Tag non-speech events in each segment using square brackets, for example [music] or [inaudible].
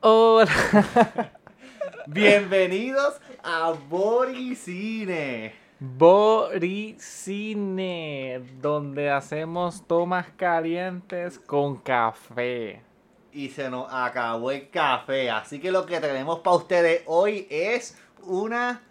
Hola. [laughs] Bienvenidos a Boricine. Boricine, donde hacemos tomas calientes con café. Y se nos acabó el café, así que lo que tenemos para ustedes hoy es una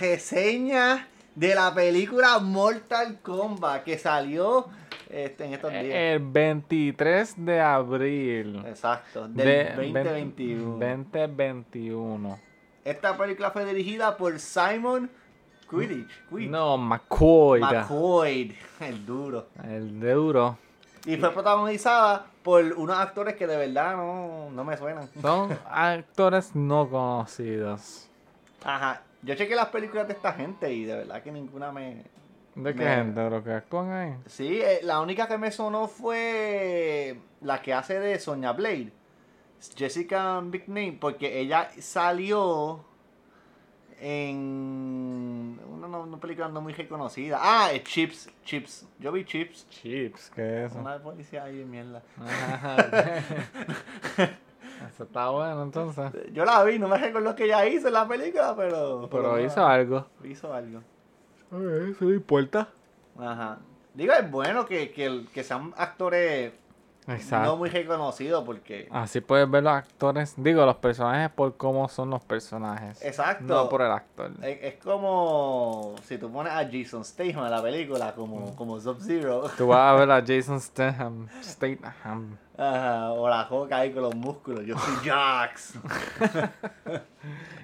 reseña de la película Mortal Kombat que salió este, en Eh, estos días. El 23 de abril Exacto, de Eh, del 2021. 2021. Esta película fue dirigida por Simon Quidditch. Quidditch. No, McCoy. McCoy, el duro. El duro. Y fue protagonizada por unos actores que de verdad no, no me suenan. [laughs] Son actores no conocidos. Ajá. Yo chequé las películas de esta gente y de verdad que ninguna me. ¿De qué Me- gente lo que actúan ahí? Sí, eh, la única que me sonó fue la que hace de Sonya Blade. Jessica Big Name, porque ella salió en una, no- una película no muy reconocida. Ah, eh, Chips, Chips. Yo vi Chips. Chips, ¿qué es eso? Una policía ahí, mierda. [laughs] Eso está bueno entonces. Yo la vi, no me recuerdo que ella hizo en la película, pero. Pero hizo algo. Hizo algo. Eso Ah, eh, no importa. Ajá. Digo, es bueno que, que, el- que sean actores Exacto. no muy reconocidos porque... Así puedes ver los actores, digo, los personajes por cómo son los personajes. Exacto. Eh. No por el actor. Es, es como si tú pones a Jason Statham en la película como, como Sub-Zero. Tú vas a ver a Jason Statham, Statham, Ajá, O la Joca ahí con los músculos. Yo soy [laughs] Jax.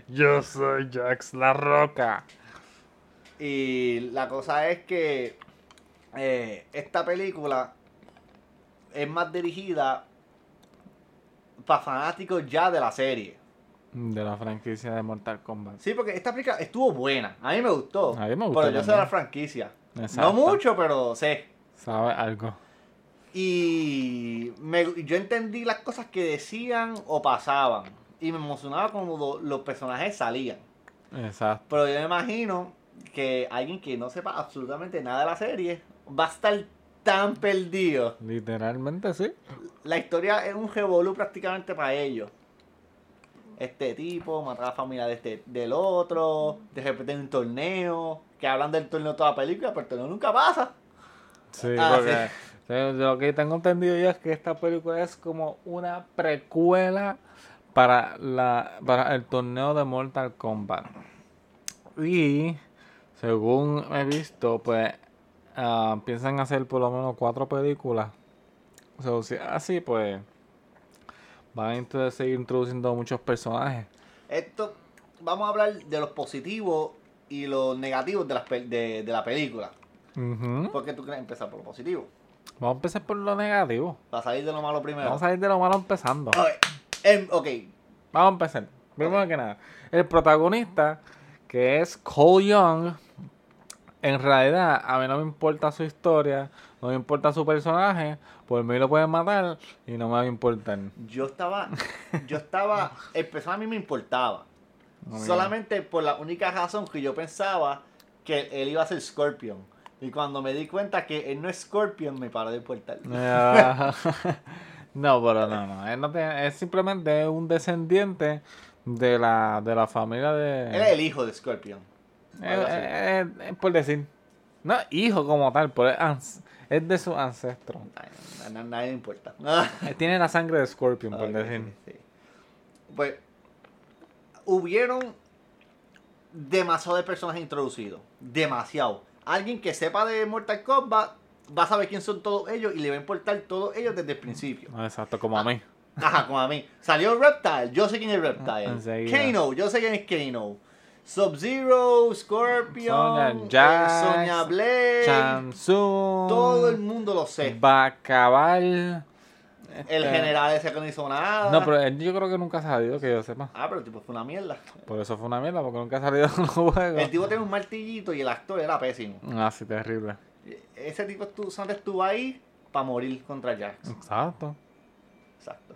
Yo soy Jax La Roca. Y la cosa es que eh, esta película es más dirigida para fanáticos ya de la serie. De la franquicia de Mortal Kombat. Sí, porque esta película estuvo buena. A mí me gustó. A mí me gustó Pero yo sé también. la franquicia. Exacto. No mucho, pero sé. ¿Sabe algo? Y me- yo entendí las cosas que decían o pasaban. Y me emocionaba cuando lo- los personajes salían. Exacto. Pero yo me imagino que alguien que no sepa absolutamente nada de la serie va a estar tan perdido. Literalmente sí. La historia es un revolú prácticamente para ellos. Este tipo matar a la familia de este, del otro, de repente hay un torneo, que hablan del torneo toda la película, pero el torneo nunca pasa. Sí, Ah, porque yo- lo que tengo entendido yo es que esta película es como una precuela para la para el torneo de Mortal Kombat. Y según he visto, pues ah, piensan hacer por lo menos cuatro películas. O sea, si es así, pues van a introdu- seguir introduciendo muchos personajes. Esto, vamos a hablar de los positivos y los negativos de, las pel- de, de la película. Ujú. ¿Por qué tú quieres empezar por lo positivo? Vamos a empezar por lo negativo. Para salir de lo malo primero. Vamos a ir de lo malo empezando. A ver, em, ok, Vamos a empezar. Primero que nada, el protagonista, que es Cole Young, en realidad a mí no me importa su historia, no me importa su personaje, por mí lo pueden matar y no me va a [laughs] importar. yo estaba, yo estaba, el personaje a mí me importaba. No me- Solamente por la única razón que yo pensaba que él iba a ser Scorpion. Y cuando me di cuenta que él no es Scorpion, me paró de importar. Ah, [laughs] no, pero no, no. Él no tiene- es simplemente un descendiente de la, de la familia Él es de... el hijo de Scorpion. algo Eh, así. eh, eh, por decir. No, hijo como tal, pero es, ans- es de su ancestro. Ay, a na- nadie le importa. [laughs] Eh, Tiene la sangre de Scorpion, por Ok, decir. sí, sí. Pues hubieron demasiado de personajes introducidos. Demasiado. Alguien que sepa de Mortal Kombat va a saber quién son todos ellos y le va a importar todos ellos desde el principio. No, Exacto, como Ah, a mí. Ajá, como a mí. Salió Reptile, yo sé quién es Ah, Reptile. enseguida. Kano, yo sé quién es Kano. Sub-Zero, Scorpion, Sonya eh, Jax, Sonya Blade. Chansun. eh, Todo el mundo lo sé. Bacaval. El este, general ese que no hizo nada. No, pero él yo creo que nunca ha salido, que yo sepa. Ah, pero el tipo fue una mierda. Por eso fue una mierda, porque nunca ha salido [laughs] en un El juego. tipo tenía un martillito y el actor era pésimo. Ah, sí, terrible. Ese tipo estuvo, solamente estuvo ahí para morir contra Jax. Exacto. [laughs] Exacto.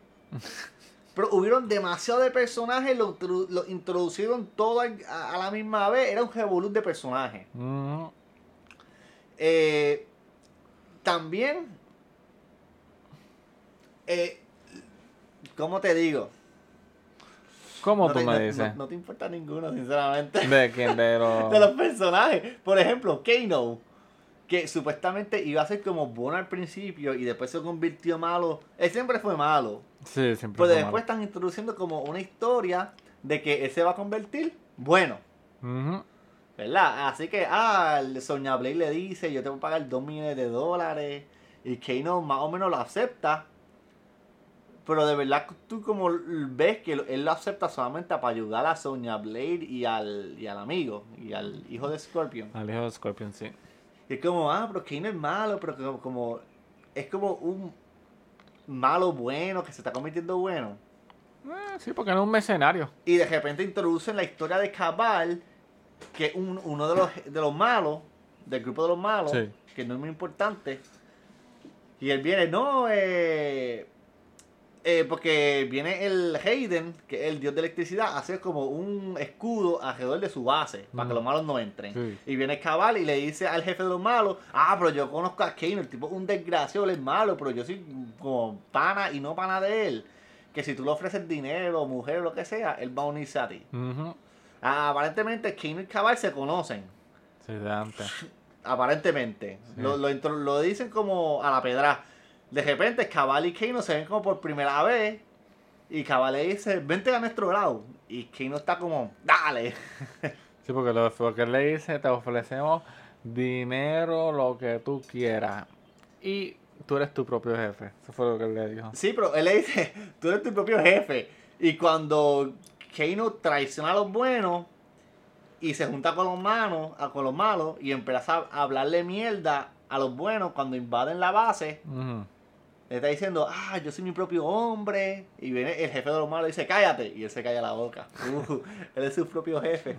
Pero hubieron demasiado de personajes, lo, intro- lo introducieron todo al- a, a la misma vez. Era un revolut de personajes. Mm, Eh, también, eh, ¿cómo te digo? ¿Cómo no tú te- me no- dices? No, no te importa ninguno, sinceramente. ¿De quién? De los... [laughs] de los personajes. Por ejemplo, Kano, que supuestamente iba a ser como bueno al principio y después se convirtió malo. Él siempre fue malo. Sí, siempre Pero fue pues después malo. están introduciendo como una historia de que él se va a convertir bueno. Ujú. ¿Verdad? Así que, ah, el Sonia Blade le dice, yo te voy a pagar 2 millones de dólares. Y Kano más o menos lo acepta. Pero de verdad tú como ves que él lo acepta solamente para ayudar a Sonia Blade y al, y al amigo, y al hijo de Scorpion. Al hijo de Scorpion, sí. Y es como, ah, pero Kano es malo, pero como, como- es como un malo bueno que se está convirtiendo bueno. Eh, sí, porque era un mercenario. Y de repente introducen la historia de Cabal, que es un- uno de los, de los malos, del grupo de los malos, Sí. que no es muy importante. Y él viene, no, eh, eh, porque viene el Hayden, que es el dios de electricidad, hace como un escudo alrededor de su base, para que Mm. los malos no entren. Sí. Y viene Cabal y le dice al jefe de los malos, ah, pero yo conozco a Kane, el tipo es un desgraciado, él es malo, pero yo soy como pana y no pana de él. Que si tú le ofreces dinero, mujer, lo que sea, él va a unirse a ti. Ujú. Ah, aparentemente Kane y Cabal se conocen. Sí, de antes. Aparentemente. Sí. Lo, lo intro- lo dicen como a la pedra. De repente Cabal y Kano se ven como por primera vez. Y Cabal le dice, vente a nuestro lado. Y Kano está como, dale. Sí, porque lo porque él le dice, te ofrecemos dinero, lo que tú quieras. Y tú eres tu propio jefe. Eso fue lo que él le dijo. Sí, pero él le dice, [laughs] tú eres tu propio jefe. Y cuando Kano traiciona a los buenos y se junta con los, malos, a- con los malos y empieza a hablarle mierda a los buenos cuando invaden la base, Ujú. le está diciendo, ah, yo soy mi propio hombre. Y viene el jefe de los malos y dice, cállate. Y él se calla la boca. Uh, [laughs] él es su propio jefe.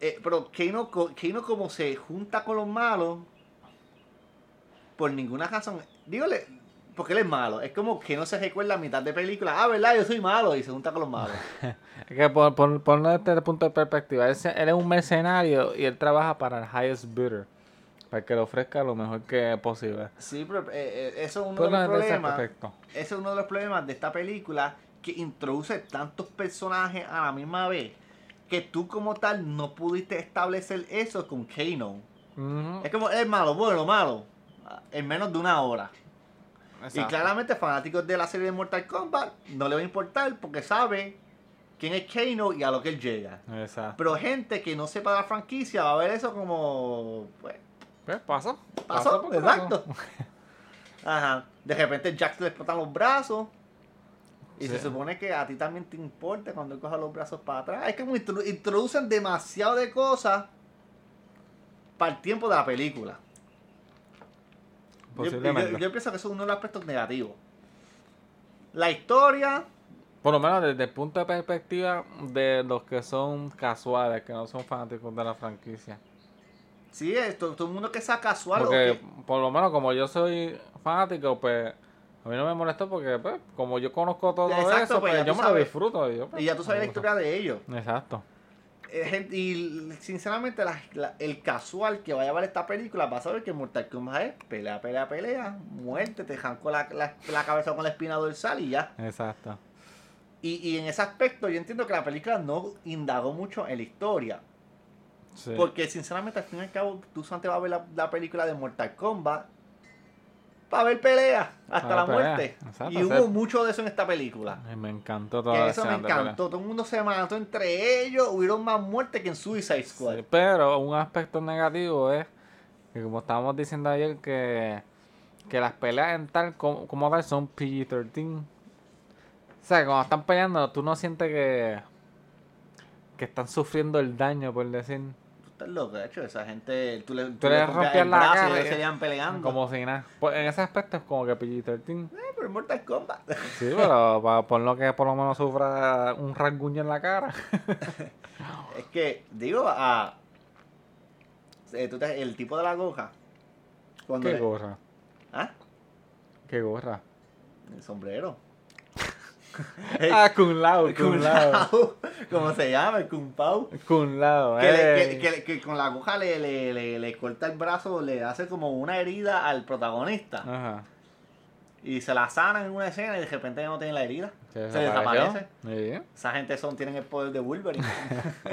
Eh, pero Kano, co- Kano como se junta con los malos, por ninguna razón, dígale, porque él es malo. Es como que no se recuerda a mitad de película, ah, ¿verdad? Yo soy malo. Y se junta con los malos. Es que por, por, ponlo desde el punto de perspectiva, él, se- él es un mercenario y él trabaja para el highest bidder. Para que le ofrezca lo mejor que posible. Sí, pero eh, eh, eso es uno Ponlo de los desde ese problemas. aspecto. Ese es uno de los problemas de esta película que introduce tantos personajes a la misma vez que tú como tal no pudiste establecer eso con Kano. Ujú. Es como es malo, bueno, malo. En menos de una hora. Y Exacto. claramente fanáticos de la serie de Mortal Kombat no le va a importar porque sabe quién es Kano y a lo que él llega. Exacto. Pero gente que no sepa la franquicia va a ver eso como... pues, Pues pasó. Pasó, porque exacto. [laughs] Ajá. De repente Jax le explotan los brazos. Y se Sí. supone que a ti también te importa cuando él coja los brazos para atrás. Es que como introdu- introducen demasiado de cosas para el tiempo de la película. Yo, Posiblemente. yo- yo pienso que eso es uno de los aspectos negativos. La historia, Por lo menos desde el punto de perspectiva de los que son casuales, que no son fanáticos de la franquicia. sí, es to- todo el mundo que sea casual. o Porque que- por lo menos como yo soy fanático, pues a mí no me molestó porque pues, como yo conozco todo Exacto, eso, pues, pues ya yo tú me lo sabes. disfruto. y yo, pues, Y ya tú sabes me la gusta. historia de ellos. Exacto. Eh, gente- y sinceramente la- la- el casual que vaya a ver esta película va a saber que Mortal Kombat es pelea, pelea, pelea, muerte, te janco la, la, la cabeza con la espina dorsal y ya. Exacto. Y, y en ese aspecto yo entiendo que la película no indagó mucho en la historia. Sí. Porque sinceramente al fin y al cabo tú solamente vas a ver la, la película de Mortal Kombat para ver pelea hasta Para la ver pelea, muerte. exacto, y o hubo sea- mucho de eso en esta película. Ay, me encantó toda Que la eso me escena de pelea. encantó. Todo el mundo se mató entre ellos. Hubieron más muertes que en Suicide Squad. Sí, pero un aspecto negativo es que como estábamos diciendo ayer que, que las peleas en tal como, como tal son PG-13. O sea, que cuando están peleando tú no sientes que que están sufriendo el daño, por decir, Tú estás loco, de hecho, esa gente, tú le, tú Tú le le rompías rompías el la brazo y cara ellos y- seguían peleando. como si nada. Pues en ese aspecto es como que [laughs] PG-13. Eh, pero Mortal Kombat. [laughs] Sí, pero para ponerlo que por lo menos sufra un rasguño en la [laughs] cara. es que, digo, a... eh, tú te- el tipo de la goja. Cuando Qué le- gorra, ¿Ah? qué gorra. El sombrero. [laughs] Ah, Kun Lao, El Kun Lao. Lao. ¿Cómo se llama? El Kung Pao. Kun Lao, Que, le- eh. que- que le- que con la aguja le, Ah. le- le- le corta el brazo, le hace como una herida al protagonista. Ajá. y se la sanan en una escena y de repente ya no tienen la herida. Que Se desaparece. desapareció. Esa gente son, tienen el poder de Wolverine. Sí,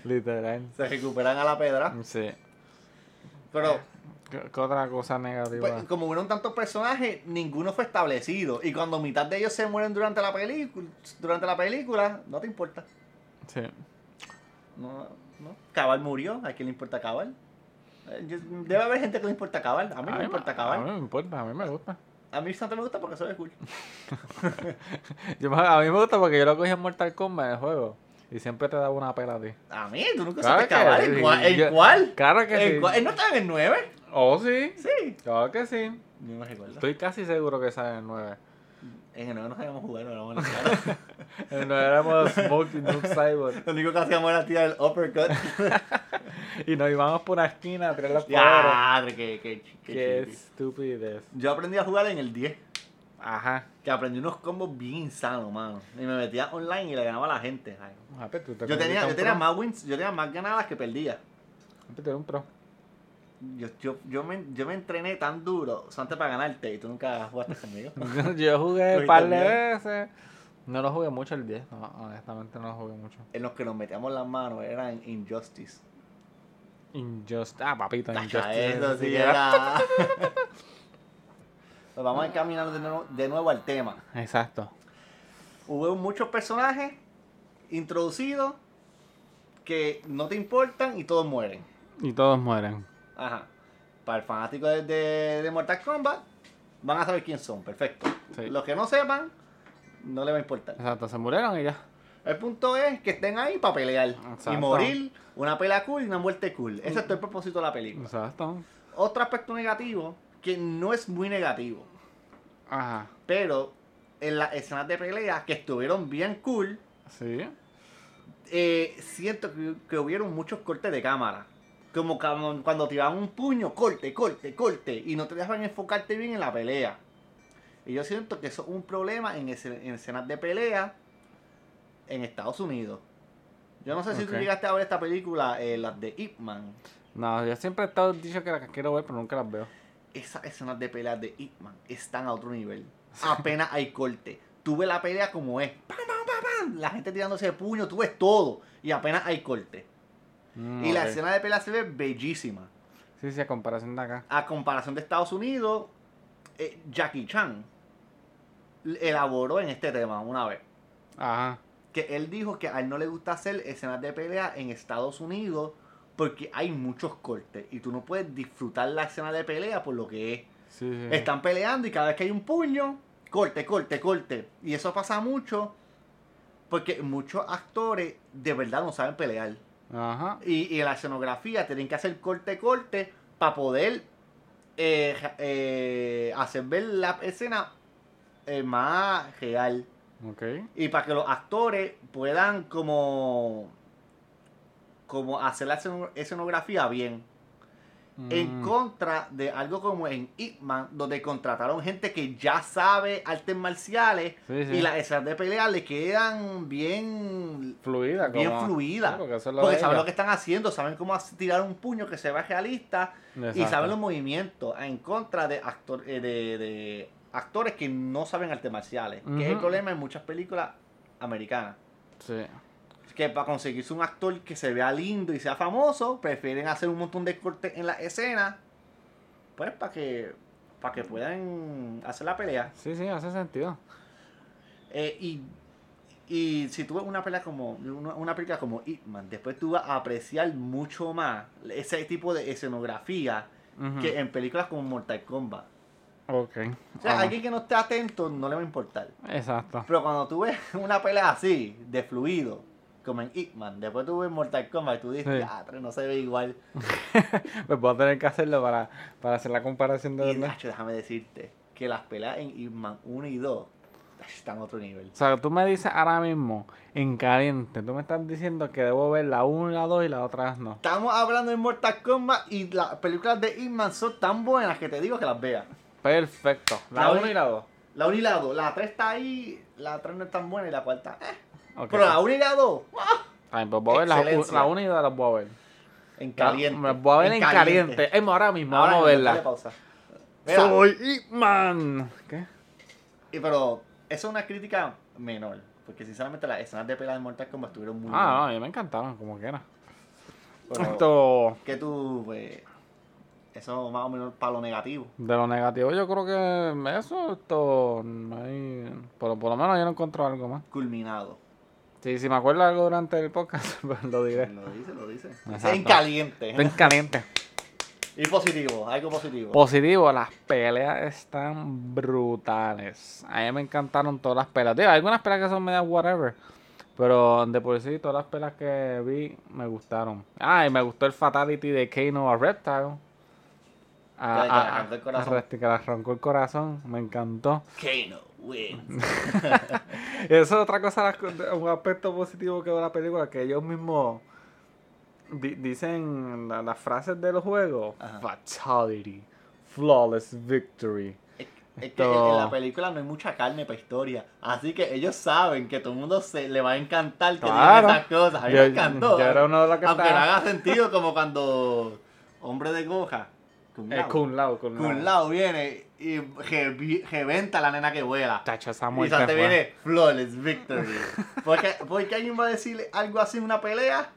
[laughs] literal. se recuperan a la pedra. Sí. Pero ¿Qué, qué otra cosa negativa? pues, como hubieron tantos personajes, ninguno fue establecido. Y cuando mitad de ellos se mueren durante la película, durante la película, no te importa. Sí. No, no. Cabal murió, ¿a quién le importa Cabal? Eh, yo- Debe haber gente que le importa Cabal. A mí no me importa A mí Cabal. me importa, a mí me gusta. A mí Santa me gusta porque se ve cool. Yo me- a mí me gusta porque yo lo cogí en Mortal Kombat en el juego. Y siempre te daba una pela a ti. A mí, tú nunca Claro usaste que Cabal. sí, ¿El cual? ¿El yo- cual? Claro que ¿El sí. cual? ¿Él no estaba en el 9? Oh, sí. Sí. Claro que sí. No me recuerdo. Estoy casi seguro que sale en el 9. En el 9 no sabíamos jugar, no éramos los [laughs] caros. El 9 [laughs] éramos Smoke y Noob Cyborg. Lo único que hacíamos era tirar el uppercut. [laughs] Y nos íbamos por una esquina a tirar las palabras. ya, que, que, Qué estupidez. Yo aprendí a jugar en el 10. Ajá. Que aprendí unos combos bien insanos, mano. Y me metía online y le ganaba a la gente. ay. Ah, pero tú te Yo tenía, conviertes en yo un tenía pro. más wins, yo tenía más ganadas que perdía. Ah, pero tú eres un pro. Yo, yo, yo, me, yo me entrené tan duro, antes para ganarte, y tú nunca [laughs] jugaste conmigo. Yo jugué Cogiste un par el de 10. veces. No lo jugué mucho el 10. No, honestamente no lo jugué mucho. en los que nos metíamos las manos eran Injustice. Injustice. Ah, papito, Tacha, Injustice. eso sí siquiera- era. [laughs] [laughs] Pues vamos a caminar de nuevo, de nuevo al tema. Exacto. Hubo muchos personajes introducidos que no te importan y todos mueren. Y todos mueren. Ajá. Para el fanático de, de- de Mortal Kombat, van a saber quién son, perfecto. Sí. Los que no sepan, no les va a importar. Exacto, se murieron y ya. El punto es que estén ahí para pelear y Exacto. morir. Una pelea cool y una muerte cool. Ese es todo el propósito de la película. Exacto. Otro aspecto negativo, que no es muy negativo, Ajá. pero en las escenas de pelea que estuvieron bien cool, Sí. eh, siento que, que hubieron muchos cortes de cámara. Como cuando, cuando tiraban un puño, corte, corte, corte, y no te dejaban enfocarte bien en la pelea. Y yo siento que eso es un problema en, ese- en escenas de pelea en Estados Unidos. Yo no sé si tú Ok. llegaste a ver esta película, eh, las de Ip Man. No, yo siempre he estado dicho que las quiero ver, pero nunca las veo. esas escenas de peleas de Hitman están a otro nivel. Apenas hay corte. Tú ves la pelea como es. ¡Pam, pam, pam, pam! La gente tirándose de puño, tú ves todo. Y apenas hay corte. Mm, Y la ok. escena de pelea se ve bellísima. Sí, sí, a comparación de acá. A comparación de Estados Unidos, eh, Jackie Chan elaboró en este tema una vez. Ajá. Que él dijo que a él no le gusta hacer escenas de pelea en Estados Unidos porque hay muchos cortes. Y tú no puedes disfrutar la escena de pelea por lo que es. Sí, sí. Están peleando y cada vez que hay un puño, corte, corte, corte. Y eso pasa mucho porque muchos actores de verdad no saben pelear. Ajá. Y, y en la escenografía tienen que hacer corte, corte para poder eh, ja- eh, hacer ver la escena eh, más real. Ok. Y para que los actores puedan como, como hacer la esceno- escenografía bien en Mm, contra de algo como en Ip Man, donde contrataron gente que ya sabe artes marciales Sí, sí. y las escenas de pelea le quedan bien, Fluida, bien como- fluidas. Sí, porque eso es lo porque de saben ella. lo que están haciendo, saben cómo hac- tirar un puño que se vea realista y Exacto. saben los movimientos en contra de, actor, eh, de, de actores que no saben artes marciales, que es el Ujú. problema en muchas películas americanas. Sí. Que para conseguirse un actor que se vea lindo y sea famoso, prefieren hacer un montón de cortes en la escena. Pues para que, para que puedan hacer la pelea. Sí, sí, hace sentido. Eh, y, y si tú ves una pelea como una, una película como Ip Man, después tú vas a apreciar mucho más ese tipo de escenografía Ujú. que en películas como Mortal Kombat. Ok. O sea, Ajá. alguien que no esté atento no le va a importar. Exacto. Pero cuando tú ves [laughs] una pelea así, de fluido, como en Ip Man, después tú ves Mortal Kombat y tú dices, Sí. "Diatre, no se ve igual. Pues voy a tener que hacerlo para, para hacer la comparación de Y verdad. Nacho, déjame decirte que las peleas en Ip Man 1 y 2 ach, están a otro nivel. O sea, tú me dices ahora mismo, en caliente, tú me estás diciendo que debo ver la 1, la 2 y la otra no. Estamos hablando de Mortal Kombat y las películas de Ip Man son tan buenas que te digo que las veas. Perfecto. La La 1 ve- y la 2. La 1 y la 2, la 3 está ahí, la 3 no es tan buena y la cuarta. eh. Ok. Pero la 1 y la 2, ¡guau! Ay, pues voy a ver la- Excelencia. la 1 y la 2 las voy a ver. en La- caliente. Ah, Me voy a ver en caliente. Emma, ahora mismo, Ahora vamos a mismo, dale verla. pausa. Mira, Soy Ip Man. ¿Qué? Y pero eso es una crítica menor. Porque sinceramente las escenas de pelea de Mortal Kombat estuvieron muy Ah, no, yo me encantaron, como quiera. buenas. Pero, Esto, que tú, pues, eso es más o menos para lo negativo. de lo negativo, yo creo que eso, esto, no hay... Pero por lo menos yo no encontrado algo más. Culminado. Sí, si me acuerdo algo durante el podcast, [laughs] pues lo diré. Lo dice, lo dice. Exacto. En caliente. Estoy caliente. Y positivo, algo positivo. Positivo, las peleas están brutales. A mí me encantaron todas las peleas. Digo, hay algunas peleas que son medio whatever. Pero de por sí, todas las peleas que vi me gustaron. Ah, y me gustó el Fatality de Kano a Reptile. A, Que le a- arrancó el a- corazón. a Reptile, que le arrancó el corazón. Me encantó. Kano [laughs] wins. Eso es otra cosa, las co- de- un aspecto positivo que de la película, que ellos mismos di- dicen la- las frases de los juegos. Ajá. Fatality, flawless victory. Es es que Esto- en- en la película no hay mucha carne para historia. Así que ellos saben que todo el mundo se le va a encantar que Claro. digan esas cosas. A mí Yo- me encantó. yo era uno de los que Aunque no estaba- haga sentido, como cuando Hombre de Goja. Kung Eh, Lao, Kun Lao, Kun Lao. Kung Lao viene y revi- reventa a la nena que vuela. Tacho, esa Y muerte ya te fue- viene Flawless Victory. Porque, porque alguien va a decir algo así en una pelea.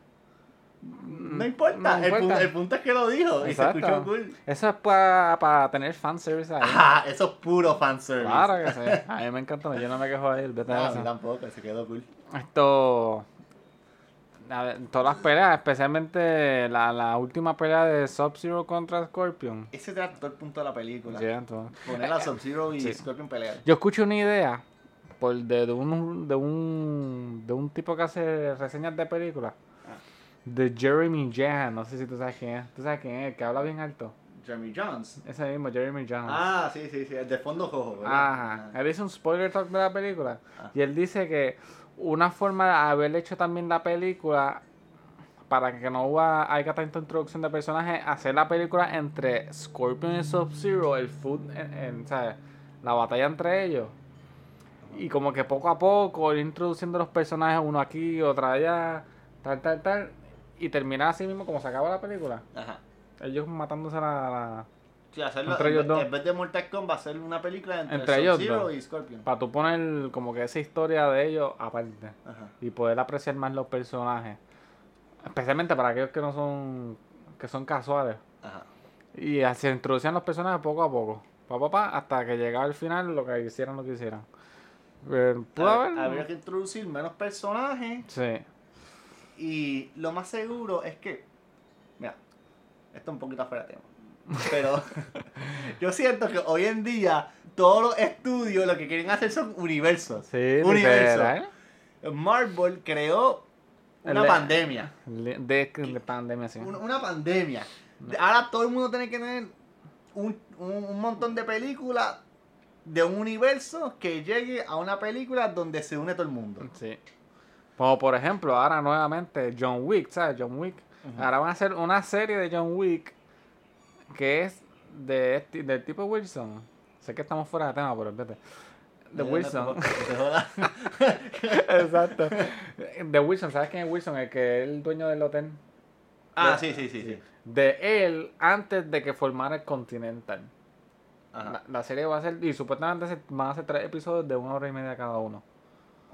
No importa. Mm, no El, pu- importa. el punto es que lo dijo. Exacto. Y se escuchó cool. Eso es para tener fanservice ahí. Ajá, eso es puro fanservice. Claro que sí. A mí me encantó. Yo no me quejo ahí. Vete de No, a eso. mí tampoco, se quedó cool. Esto. a ver, todas las peleas, especialmente la, la última pelea de Sub-Zero contra Scorpion. Ese era todo el punto de la película. Sí, entonces- Poner a Sub-Zero y Sí. Scorpion pelear. Yo escuché una idea por de, de un, de, un, de un tipo que hace reseñas de películas. De Jeremy Jan. No sé si tú sabes quién es. ¿Tú sabes quién es? El que habla bien alto. Jeremy Jones. Ese mismo, Jeremy Jan. Ah, sí, sí, sí. El de fondo rojo. ¿verdad? Ajá. Ah. Él hizo un spoiler talk de la película. Ah. Y él dice que una forma de haber hecho también la película para que no huba- haya tanta introducción de personajes, hacer la película entre Scorpion y Sub-Zero, el food, en- en, ¿sabes? La batalla entre ellos. Y como que poco a poco ir introduciendo los personajes, uno aquí, otro allá, tal, tal, tal. Y terminar así mismo como se acaba la película. Ajá. Ellos matándose a la- la Sí, hacerlo. Entre en, ellos vez- dos. en vez de Mortal Kombat, hacer una película entre, Entre ellos Sub-Zero dos. y Scorpion. Para tú poner como que esa historia de ellos aparte Ajá. y poder apreciar más los personajes. Especialmente para aquellos que no son que son casuales. Ajá. Y se introducían los personajes poco a poco. Pa, pa, pa, hasta que llegaba el final lo que hicieran lo que hicieran. Eh, ¿Pudo Hab- haber? Habría que introducir menos personajes. Sí. Y lo más seguro es que. Mira, esto es un poquito afuera de tema. Pero [laughs] yo siento que hoy en día todos los estudios lo que quieren hacer son universos. Sí, universos. literal. Marvel creó una El- pandemia. Le- De, de pandemia, sí. un- Una, pandemia. De- Ahora todo el mundo tiene que tener un, un- un montón de películas de un universo que llegue a una película donde se une todo el mundo. Sí. Como por ejemplo, ahora nuevamente John Wick, ¿sabes? John Wick. Ujú. Ahora van a hacer una serie de John Wick que es de este- del tipo Wilson. Sé que estamos fuera de tema, pero espérate. De Wilson. Se joda. [laughs] Exacto. De Wilson, ¿sabes quién es Wilson? El que es el dueño del hotel. Ah, sí, sí, sí. sí. De él antes de que formara el Continental. Ajá. La, la serie va a ser, y supuestamente se- van a ser tres episodios de una hora y media cada uno.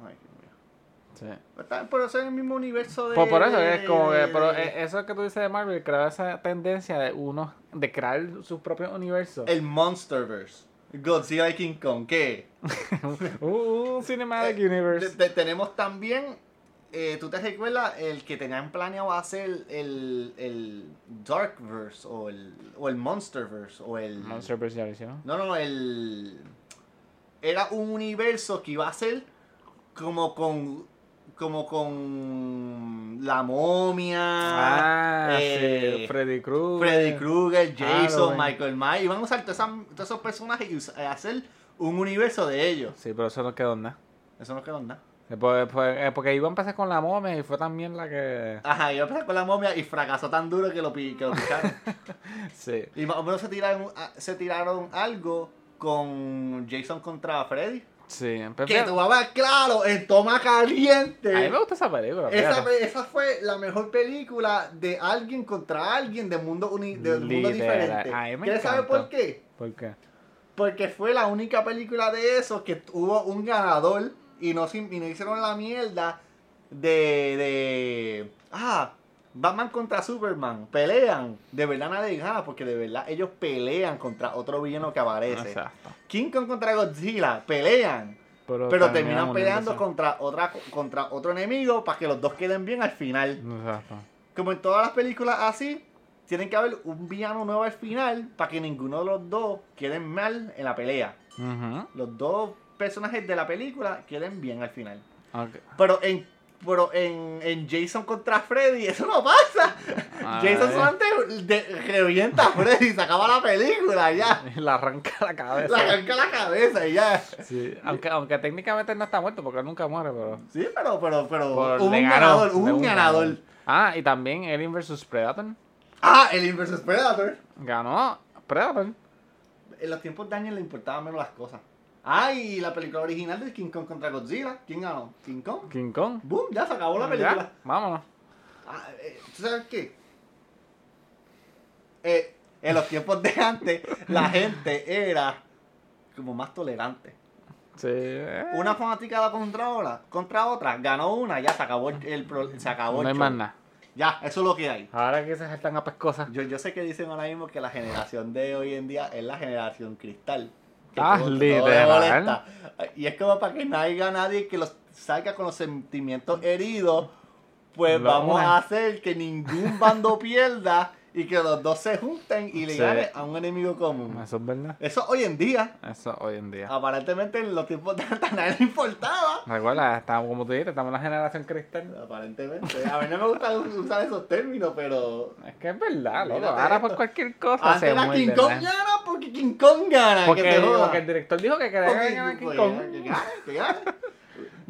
Ay, Dios mío. Sí. Pero está- pero eso es el mismo universo de. Por, por eso de- es como que, de- pero de- eh, eso que tú dices de Marvel, creó esa tendencia de uno, de crear sus propios universos. El Monsterverse. Godzilla y King Kong. ¿Qué? [laughs] Un Cinematic Te- Universe. te- tenemos también. eh, ¿Tú te recuerdas el que tenían planeado hacer el, el Darkverse o el, o el Monsterverse o el. Monsterverse ya lo hicieron. No, no, no, el. Era un universo que iba a ser como con. Como con. La momia. Ah, sí, eh, Freddy Krueger. Freddy Krueger, Jason, Halloween. Michael Myers. Y van a usar todas esas- todos esos personajes y us- eh, hacer un universo de ellos. Sí, pero eso no quedó en nada. Eso no quedó en nada. Después- después- eh, porque iba a empezar con la momia y fue también la que. Ajá, yo empecé con la momia y fracasó tan duro que lo, pi- que lo [laughs] picaron. Sí. y más o menos se tiraron, a- se tiraron algo con Jason contra Freddy. Sí, empecé. Que tú vas a ver, claro, en toma Pues A mí caliente. me gusta esa película. Esa, fíjate. pe- esa fue la mejor película de alguien contra alguien de mundo, uni- de mundo Literal, diferente. a mí me ¿Quieres saber por encantó. qué? ¿Por qué? Porque fue la única película de esos que tuvo un ganador y no, se- y no hicieron la mierda de, de. Ah, Batman contra Superman. Pelean. De verdad nadie gana porque de verdad ellos pelean contra otro villano que aparece. Exacto. King Kong contra Godzilla. Pelean. Pero terminan peleando contra, otra, contra otro enemigo para que los dos queden bien al final Exacto. como en todas las películas así, tienen que haber un villano nuevo al final para que ninguno de los dos queden mal en la pelea. Ujú. Los dos personajes de la película queden bien al final. Ok. Pero en pero en, en Jason contra Freddy, eso no pasa. Jason Ay. [laughs] solamente de- revienta a Freddy, se acaba la película ya. Le arranca la cabeza. Le arranca la cabeza y ya. Sí, Aunque, aunque técnicamente no está muerto porque nunca muere, pero. Sí, pero, pero, pero pero. hubo le un ganó, ganador, hubo le un un ganador. Ah, y también Alien vs Predator. Ah, el Inversus Predator. Ganó Predator. En los tiempos de Daniel le importaban menos las cosas. Ah, y la película original de King Kong contra Godzilla. ¿Quién ganó? King Kong. King Kong. ¡Boom! Ya se acabó la Ya, película. vámonos. Ah, eh, ¿Tú sabes qué? Eh, en los tiempos de antes, la gente era como más tolerante. Sí. eh, Una fanaticada contra otra, contra otra, ganó una, ya se acabó el, el pro- se acabó el No hay show. más nada. Ya, eso es lo que hay. Ahora que se saltan a pescosas. Yo, yo sé que dicen ahora mismo que la generación de hoy en día es la generación cristal. Que Ah, todo- todo le literal. molesta. Y es como para que no haya nadie que los salga con los sentimientos heridos, pues Lo vamos une. a hacer que ningún bando [laughs] pierda y que los dos se junten y le Sí. ganen a un enemigo común. Eso es verdad. Eso hoy en día, Eso hoy en día. aparentemente en los tiempos de antes a nadie le importaba. Recuerda, estamos, como tú dijiste, estamos en la generación cristal. Aparentemente. A mí no me gusta usar esos términos, [laughs] pero Es que es verdad, loco. Mírate Ahora esto. por cualquier cosa Antes se era King muerde. Kong ¿no? gana porque King Kong gana. Porque, que te joda. porque el director dijo que quería Porque- ganar a King porque Kong. gana, que gana.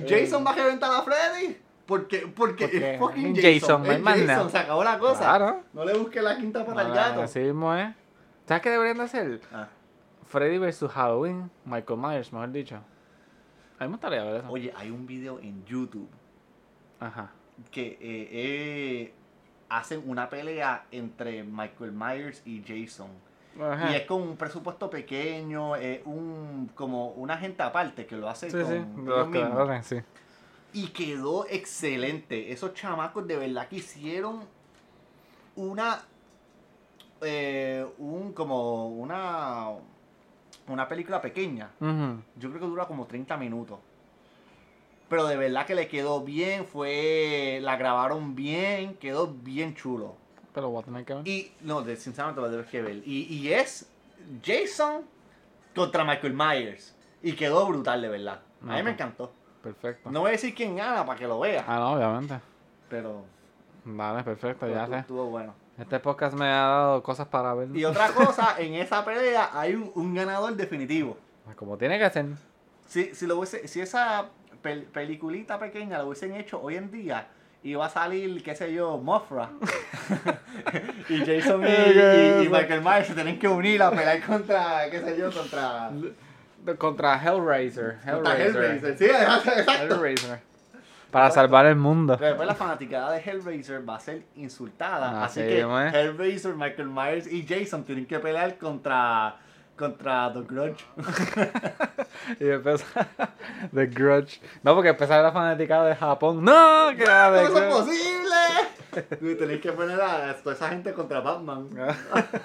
Jason va a reventar a Freddy. Porque, porque, Porque es fucking Jason, Jason. no hay es más Jason, nada. se acabó la cosa. Claro. No le busques la quinta pata al Ah, gato. Así mismo es. ¿Sabes qué deberían de hacer? Ah. Freddy vs Halloween, Michael Myers, mejor dicho. A mí me gustaría ver eso. Oye, hay un video en YouTube Ajá. que eh, eh, hacen una pelea entre Michael Myers y Jason. Ajá. Y este es con un presupuesto pequeño, eh, un, como una gente aparte que lo hace Sí, con sí. ellos Los mismos. creadores, sí. Y quedó excelente. Esos chamacos de verdad que hicieron una. eh, un como una. Una película pequeña. Ujú. Yo creo que dura como 30 minutos. Pero de verdad que le quedó bien. Fue. La grabaron bien. Quedó bien chulo. Pero voy a tener que ver. Y. No, de- sinceramente lo debes que ver. Y, y es Jason contra Michael Myers. Y quedó brutal, de verdad. A mí Ajá. me encantó. Perfecto. No voy a decir quién gana para que lo veas. Ah, no, obviamente. Pero Vale, perfecto, pero ya tu- sé. estuvo bueno. Este podcast me ha dado cosas para ver. Y otra cosa, en esa pelea hay un, un ganador definitivo. Como tiene que ser. Si, si, lo hubiese- si esa pel- peliculita pequeña la hubiesen hecho hoy en día, iba a salir, qué sé yo, Mofra. [laughs] y Jason y, y- y Michael Myers se tienen que unir a pelear contra, qué sé yo, contra... Contra Hellraiser. contra Hellraiser. Hellraiser. Sí, exacto. Hellraiser. Para salvar el mundo. Pero después la fanaticada de Hellraiser va a ser insultada. Ah, así sí, que ¿no es? Hellraiser, Michael Myers y Jason tienen que pelear contra, contra The Grudge. Y [laughs] empezó The Grudge. No, porque empezaba la fanaticada de Japón. ¡No! Que era ¡No The eso es Grudge. [laughs] posible! Y tenéis que poner a toda esa gente contra Batman. Ah. [laughs]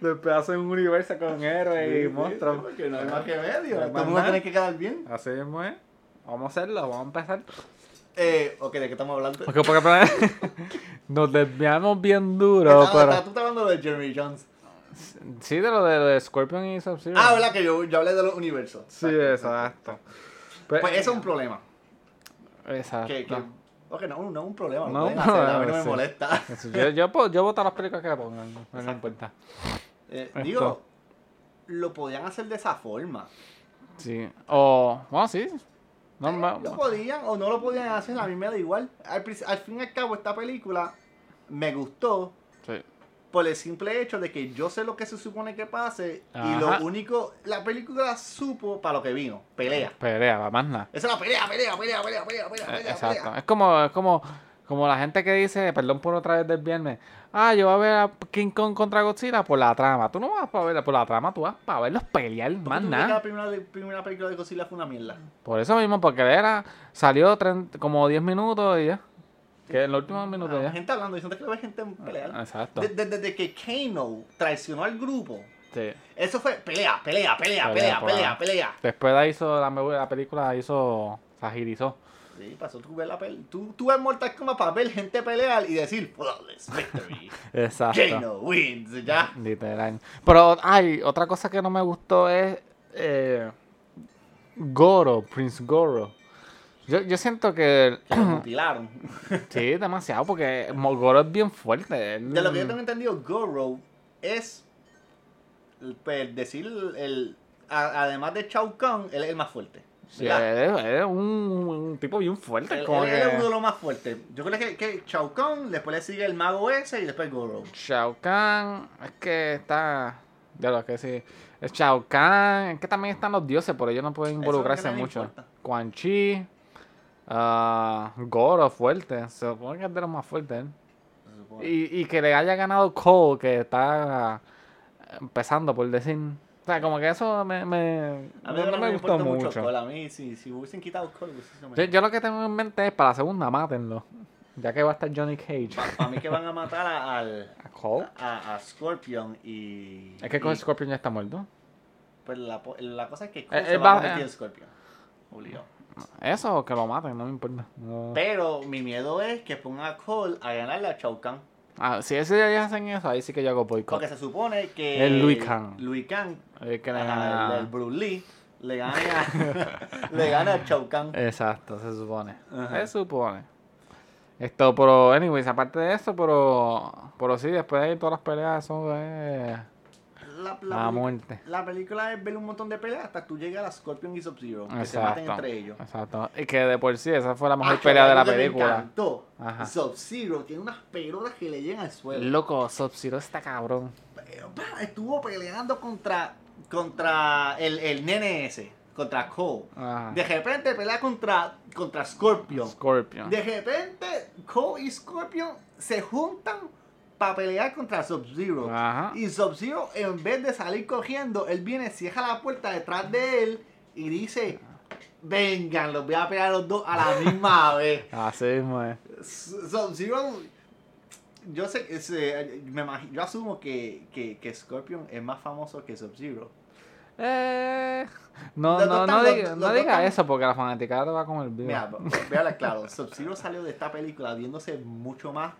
Después hacen un universo con héroes Sí, y monstruos. sí, Porque no hay más que medio. No hay Todo más el mundo nada. tiene que quedar bien. Así mismo es. Vamos a hacerlo, vamos a empezar. Eh, ok, ¿de qué estamos hablando? Porque, porque, porque- [laughs] nos desviamos bien duro, Estaba- estaba- pero... tú estás hablando de Jeremy Jones. Sí, de lo de, lo de Scorpion y Sub-Zero. Ah, ¿verdad? Que yo, yo hablé de los universos. Sí, exacto. Pe- Pues eso es un problema. Exacto. Que, que, ok, no, no es un problema. No ah, No, es un a mí no problema, me sí. molesta. Eso, Yo, yo, po- yo voto las películas que le pongan, no me Exacto. importa. Eh, Esto. digo, lo podían hacer de esa forma. Sí. O... Bueno, sí. No, no- Lo podían o no lo podían hacer, a mí me da igual. Al, pri- al fin y al cabo, esta película me gustó sí. por el simple hecho de que yo sé lo que se supone que pase y Ajá. lo único, la película supo para lo que vino, pelea. Pelea, la más nada. Esa es la pelea, pelea, pelea, pelea, pelea, pelea, Eh, pelea. Exacto. pelea. Es como, es como Como la gente que dice, perdón por otra vez del viernes, ah, yo voy a ver a King Kong contra Godzilla por la trama. Tú no vas para verla por la trama, tú vas para verlos pelear, más ¿Tú crees nada. que La primera, de- primera película de Godzilla fue una mierda. Por eso mismo, porque era, salió tren- como 10 minutos y ya. Que en los últimos minutos Ah, ya. gente hablando, diciendo que la gente pelear. Ah, Exacto. De- de- Desde que Kano traicionó al grupo, Sí. eso fue pelea, pelea, pelea, Pelea, pelea, por pelea, ahí. pelea. Después la hizo, la, la película hizo, se agilizó. Sí, pasó, tú ves, la pele- tú, tú ves Mortal Kombat para ver gente pelear y decir, flawless [laughs] victory, Exacto. Kano wins, [laughs] y ya. Literal. Pero, ay, otra cosa que no me gustó es eh, Goro, Prince Goro. Yo, yo siento [coughs] que. Que lo mutilaron. sí, demasiado, porque Mo- Goro es bien fuerte. él- De lo que yo tengo entendido, Goro es pues, decir, el, a- además de Shao Kahn, él es el más fuerte. sí, ¿verdad? él es- él es un, un tipo bien fuerte. Él, como él- él es que- uno de los más fuertes. Yo creo que, que Shao Kahn, después le sigue el mago ese y después Goro. Shao Kahn, es que está. Ya lo que sí. Es Shao Kahn, es que también están los dioses, pero ellos no pueden Eso involucrarse es lo que nadie mucho. importa. Quan Chi, ah, Goro, fuerte. Se supone que es de los más fuertes. ¿eh? se supone. Y, y que le haya ganado Cole, que está empezando, por decir. O sea, como que eso me, me- A no, mí no ahora me gustó importa mucho. Cole. A mí, si, si hubiesen quitado Cole, hubiese yo, sido mejor. yo lo que tengo en mente es para la segunda, mátenlo. Ya que va a estar Johnny Cage. Para mí que van a matar a, al, ¿A Cole? a, a Scorpion y... Oh. Es que y- con Scorpion ya está muerto. pues la, po- la cosa es que Cole Eh, se él va a va- convertir eh. en Scorpion. Obligado. Eso o que lo maten, no me importa. No. Pero mi miedo es que pongan a Cole a ganarle a Shao Kahn. Ah, si ese día hacen eso, ahí sí que yo hago boicot. Porque se supone que. El Louis Kahn. Ah. Louis Kahn, Ahí que le ajá, gana- el, el Bruce Lee, le gana a, le gana [laughs] a Shao Kahn. Eh, Exacto, se supone. Ajá. Se supone. Esto, pero, anyways, aparte de eso, pero, pero sí, después de ahí todas las peleas son eh, La, la, a peli- Ah, muerte. la película es ver un montón de peleas hasta que tú llegas a Scorpion y Sub-Zero. Que se maten Exacto. entre ellos. Exacto. Y que de por sí, esa fue la mejor Ah, pelea de la algo que me película. encantó. Ajá. Sub-Zero tiene unas pelotas que le llegan al suelo. Loco, Sub-Zero está cabrón. Pero, pa, Estuvo peleando contra, contra el, el nene ese, contra Cole. Ajá. De repente pelea contra, contra Scorpion. Scorpion. De repente, Cole y Scorpion se juntan para pelear contra Sub-Zero. Ajá. Y Sub-Zero, en vez de salir corriendo, él viene, cierra la puerta detrás de él y dice: Vengan, los voy a pelear los dos a la misma vez. Así mismo es. Sub-Zero. Yo sé que se- me imagi- yo asumo que, que, que Scorpion es más famoso que Sub-Zero. Eh, no, Los no, dos no, tan- diga, los- no los diga dos tan- eso porque la fanaticada te va con el video. Mira, pues. voy a hablar claro. Sub-Zero salió de esta película viéndose mucho más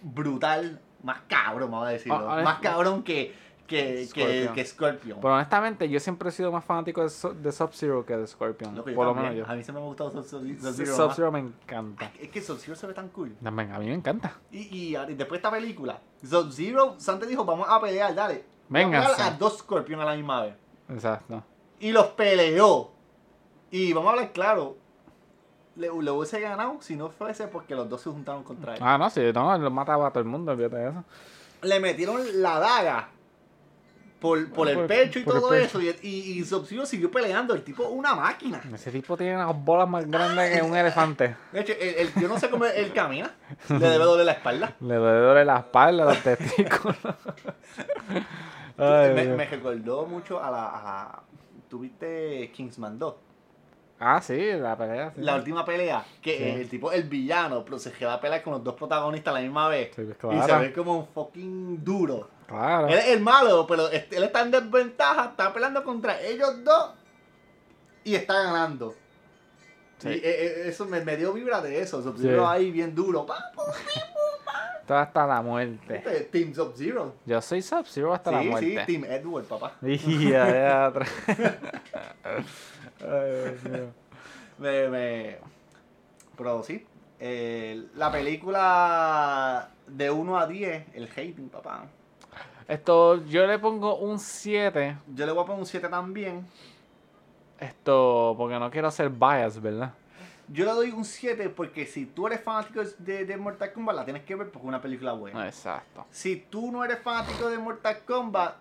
brutal, más cabrón, vamos a decirlo. Ah, ah, más es- cabrón que, que, Scorpion. que, que Scorpion. Pero honestamente, yo siempre he sido más fanático de, Su- de Sub-Zero que de Scorpion. Loco, yo por lo también. menos yo. A mí se me ha gustado Sub- Sub- Sub-Zero. más. Sub-Zero me encanta. Es que Sub-Zero se ve tan cool. También, a mí me encanta. Y, y, ahora- y después de esta película, Sub-Zero, Santa dijo, vamos a pelear, dale. Vamos Vénganse. A, pelear a dos Scorpion a la misma vez. Exacto. Y los peleó. Y vamos a hablar claro. Le, lo hubiese ganado si no fuese porque los dos se juntaron contra él. Ah, no, sí, no, lo mataba a todo el mundo, olvídate de eso. le metieron la daga por, por Por- el pecho y por el todo pecho. eso. Y, y, y Sub-Zero siguió peleando. El tipo, una máquina. Ese tipo tiene las bolas más grandes que un elefante. De hecho, el, el- yo no sé cómo él camina. Le debe doler la espalda. Le duele la espalda, los [laughs] testículos. [laughs] Ay, me, Dios. me recordó mucho a la. a- Tuviste Kingsman 2. Ah, sí, la pelea. Sí. La última pelea. Que Sí. el tipo, el villano, pero se queda a pelear con los dos protagonistas a la misma vez. Sí, pues, Y se claro. ve ¿Eh? como un fucking duro. Claro. Él es el malo, pero este- él está en desventaja, está peleando contra ellos dos y está ganando. Sí. Y, eh, eh, eso me, me dio vibra de eso. Sí. Sub-Zero ahí bien duro. Pa, pa, Todo hasta la muerte. este, Team Sub-Zero. Yo soy Sub-Zero hasta la Sí, sí, muerte. Team Edward, papá. [laughs] Y allá atrás. Ay, Dios mío. Me, me- Pero sí, eh, la película de 1 a 10, el hating, papá. Esto, yo le pongo un 7. Yo le voy a poner un 7 también. Esto, porque no quiero ser bias, ¿verdad? Yo le doy un 7 porque si tú eres fanático de, de Mortal Kombat, la tienes que ver porque es una película buena. Exacto. Si tú no eres fanático de Mortal Kombat,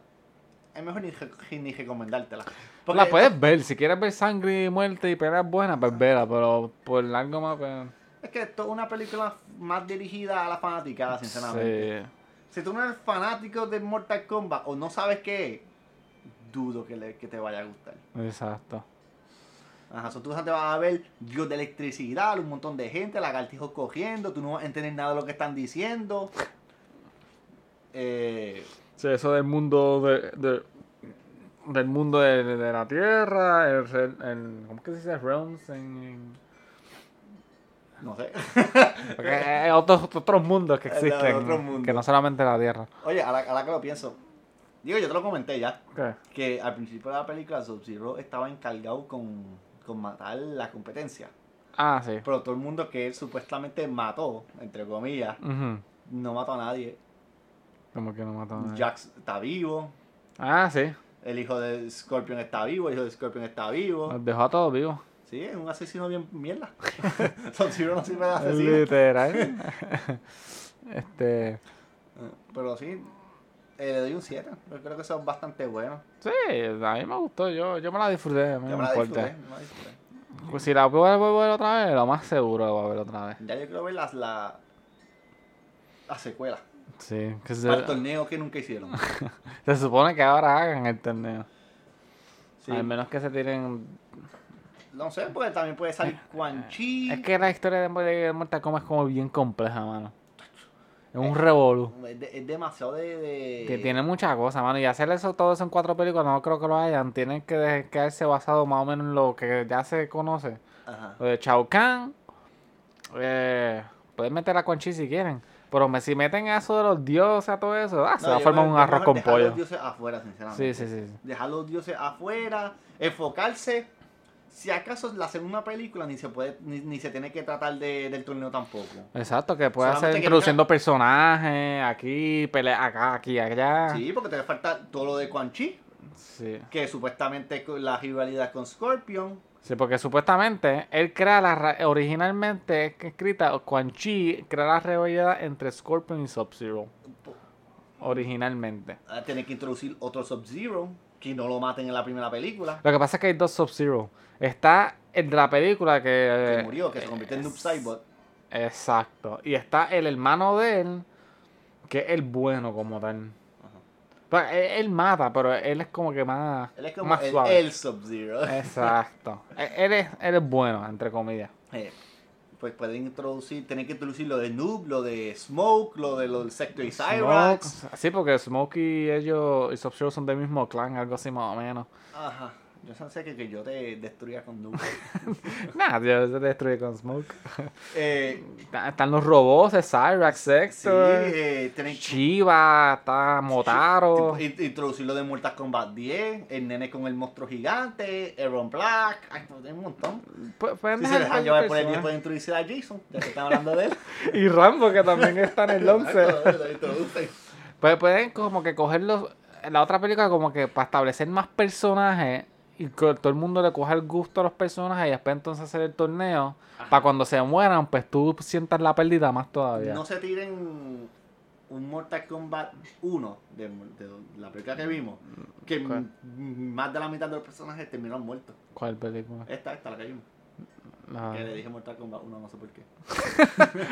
es mejor ni, re- ni recomendártela. Porque- la puedes ver, si quieres ver sangre y muerte y peleas buenas, pues vela, pero por algo más. pues, Es Es que esto es una película más dirigida a la fanaticada, Ah, sinceramente. Si tú no eres fanático de Mortal Kombat o no sabes qué es, dudo que, le- que te vaya a gustar. Sí, exacto. Ajá, so tú te vas a ver dios de electricidad, un montón de gente, lagartijos cogiendo, tú no vas a entender nada de lo que están diciendo. Eh, Sí, eso del mundo de, de- del mundo de, de- de la Tierra, el, re- el- ¿cómo que se dice? Realms en, en- no sé. [laughs] porque hay otros, otros mundos que Los otros existen, mundos. que no solamente la Tierra. Oye, ahora, ahora que lo pienso, digo, yo te lo comenté ya, ¿Qué? que al principio de la película Sub-Zero estaba encargado con, con matar la competencia. Ah, sí. Pero todo el mundo que él supuestamente mató, entre comillas, Ujú. no mató a nadie. Como que no mató a nadie. Jax está vivo, Ah, sí. el hijo de Scorpion está vivo, el hijo de Scorpion está vivo. Nos dejó a todos vivos. Sí, es un asesino bien mierda. [laughs] Sub-Zero [laughs] no sirve de asesino. [laughs] Literal. este. Pero sí, eh, le doy un 7. Yo creo que eso es bastante bueno. Sí, a mí me gustó. Yo, yo me la disfruté. A mí Yo Ah, no me me la disfruté, importa. me la disfruté. Pues si la voy a ver otra vez, lo más seguro que voy a ver otra vez. Ya yo quiero ver las, la, la secuela. Sí, que se, Para el torneo que nunca hicieron. se supone que ahora hagan el torneo. Sí. Al menos que se tiren. No sé, porque también puede salir Quan Chi. Eh, Es que la historia de de Mortal Kombat es como bien compleja, mano. Es Eh, un revolú. Es, de- es demasiado de. de- Que tiene muchas cosas, mano. Y hacer eso todo eso en cuatro películas, no creo que lo hayan. Tienen que de- quedarse basado más o menos en lo que ya se conoce. Ajá. Lo de Chao Kahn. eh, pueden meter a Quan Chi si quieren. Pero me, si meten a eso de los dioses, a todo eso, ah, se No, va a yo formar creo un que es arroz mejor con dejar pollo. los dioses afuera, sinceramente. Sí, sí, sí. sí. Dejar los dioses afuera, enfocarse. Si acaso la segunda película ni se puede, ni, ni se tiene que tratar de, del torneo tampoco. Exacto, que puede hacer Solamente que introduciendo personajes aquí, pelea acá, aquí, allá. Sí. Sí, porque te falta todo lo de Quan Chi, que supuestamente con la rivalidad con Scorpion. Sí, porque supuestamente él crea la. ra- Originalmente es que escrita, Quan Chi crea la rivalidad entre Scorpion y Sub-Zero. Originalmente. Ah, Tiene que introducir otro Sub-Zero, que no lo maten en la primera película. Lo que pasa es que hay dos Sub-Zero. Está el de la película que. eh, Que murió, que se convirtió en Noob Saibot. Exacto. Y está el hermano de él, que es el bueno como tal. Ajá. Pero él, él mata, pero él es como que más, Él es como más el, suave. el Sub-Zero. [laughs] Exacto. Él- él, es, él es bueno, entre comillas. Eh, pues pueden introducir, tienen que introducir lo de Noob, lo de Smoke, lo de los Sector y Cyrax. Smoke- sí, porque Smokey y ellos y Sub-Zero son del mismo clan, algo así más o menos. [laughs] Ajá. Yo pensé que, que yo te destruía con Noob. Nada, yo se destruye con Smoke. eh, Está- Están los robots de Cyrax, sí, Sector, eh, tienen que Chiva, está Motaro. tipo, in- introducir lo de Mortal Kombat 10, el nene con el monstruo gigante, Aaron Black. Ay, no, hay un montón. Pu- pueden Si se dejar tantos dejan llevar por el 10, personajes. pueden introducir a Jason, ya que están hablando de él. Y Rambo, que también está en el [laughs] 11. Exacto, lo introducen. Pues pueden como que cogerlos en la otra película como que para establecer más personajes y que todo el mundo le coja el gusto a los personajes y después entonces hacer el torneo para cuando se mueran pues tú sientas la pérdida más todavía. No se tiren un Mortal Kombat 1 de, de la película que vimos, Mm, que m- ¿Cuál? m- más de la mitad de los personajes terminaron muertos. ¿Cuál película? Esta, esta la que vimos. No. [laughs] Que le dije Mortal Kombat 1, no sé por qué.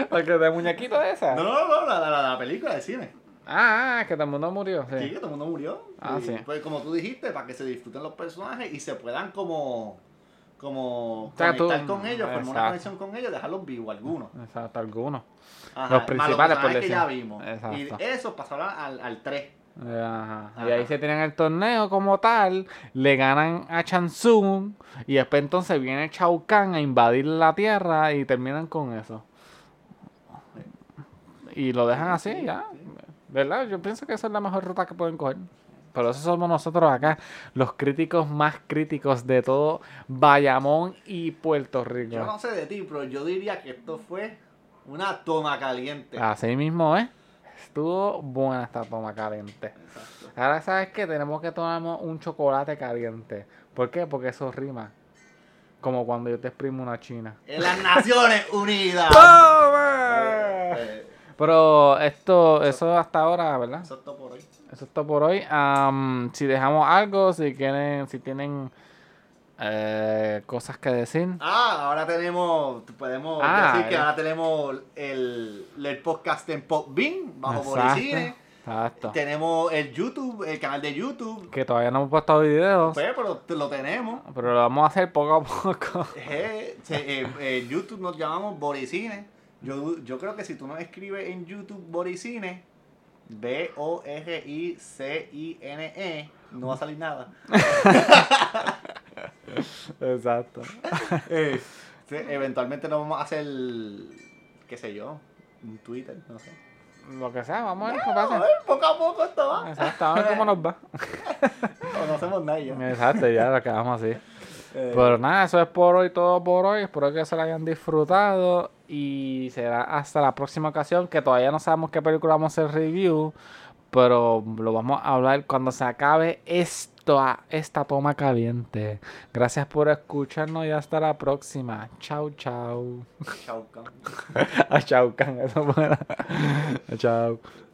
¿La que de muñequito de esa? No, no, no, la, la, la película de cine. Ah, ah, que todo el mundo murió. Sí, Sí. que todo el mundo murió. Ah, Y, sí. Pues como tú dijiste, para que se disfruten los personajes y se puedan como como sea, tú- conectar con ellos, formar una Exacto. conexión con ellos, dejarlos vivos algunos. Exacto, alguno. Ajá, Los más principales, por personajes que ya decir. vimos. Exacto. Y eso pasará al, al 3. Eh, ajá. Y Ajá. ahí se tienen el torneo como tal, le ganan a Chansung y después entonces viene Shao Kahn a invadir la tierra y terminan con eso. Y lo dejan así Sí, ya. sí. ¿Verdad? Yo pienso que esa es la mejor ruta que pueden coger. Pero eso somos nosotros acá, los críticos más críticos de todo Bayamón y Puerto Yo Rico. no sé de ti, pero yo diría que esto fue una toma caliente. Así mismo, ¿eh? Estuvo buena esta toma caliente. Exacto. Ahora sabes que tenemos que tomarnos un chocolate caliente. ¿Por qué? Porque eso rima. Como cuando yo te exprimo una china. En las Naciones Unidas. Ah. Eh, Pero esto, eso hasta ahora, ¿verdad? Eso es todo por hoy. Eso es todo por hoy. Am, si dejamos algo, si quieren, si tienen Eh, cosas que decir. Ah, ahora tenemos, podemos Ah, decir que eh. ahora tenemos el, el podcast en Popbean, bajo Exacto, Policine. Exacto. Tenemos el YouTube, el canal de YouTube. Que todavía no hemos puesto videos. Pues, pero te- lo tenemos. Pero lo vamos a hacer poco a poco. [laughs] Eh, se- eh, eh, YouTube nos llamamos Boricine. Yo, yo creo que si tú nos escribes en YouTube Boricine, B-O-R-I-C-I-N-E, E, no va a salir nada. Exacto. Eh, sí, eventualmente nos vamos a hacer, qué sé yo, un Twitter, no sé. Lo que sea, vamos a ver qué A pasa. ver, eh, poco a poco esto va. Exacto, a ver cómo nos va. O no hacemos nada ya. Exacto, ya lo quedamos así. Eh, Pero nada, eso es por hoy, todo por hoy. Espero que se lo hayan disfrutado. Y será hasta la próxima ocasión, que todavía no sabemos qué película vamos a hacer review. Pero lo vamos a hablar cuando se acabe esto, esta toma caliente. Gracias por escucharnos y hasta la próxima. Chau, chau. chau, cabrón. A chau, can, eso fuera. Chau.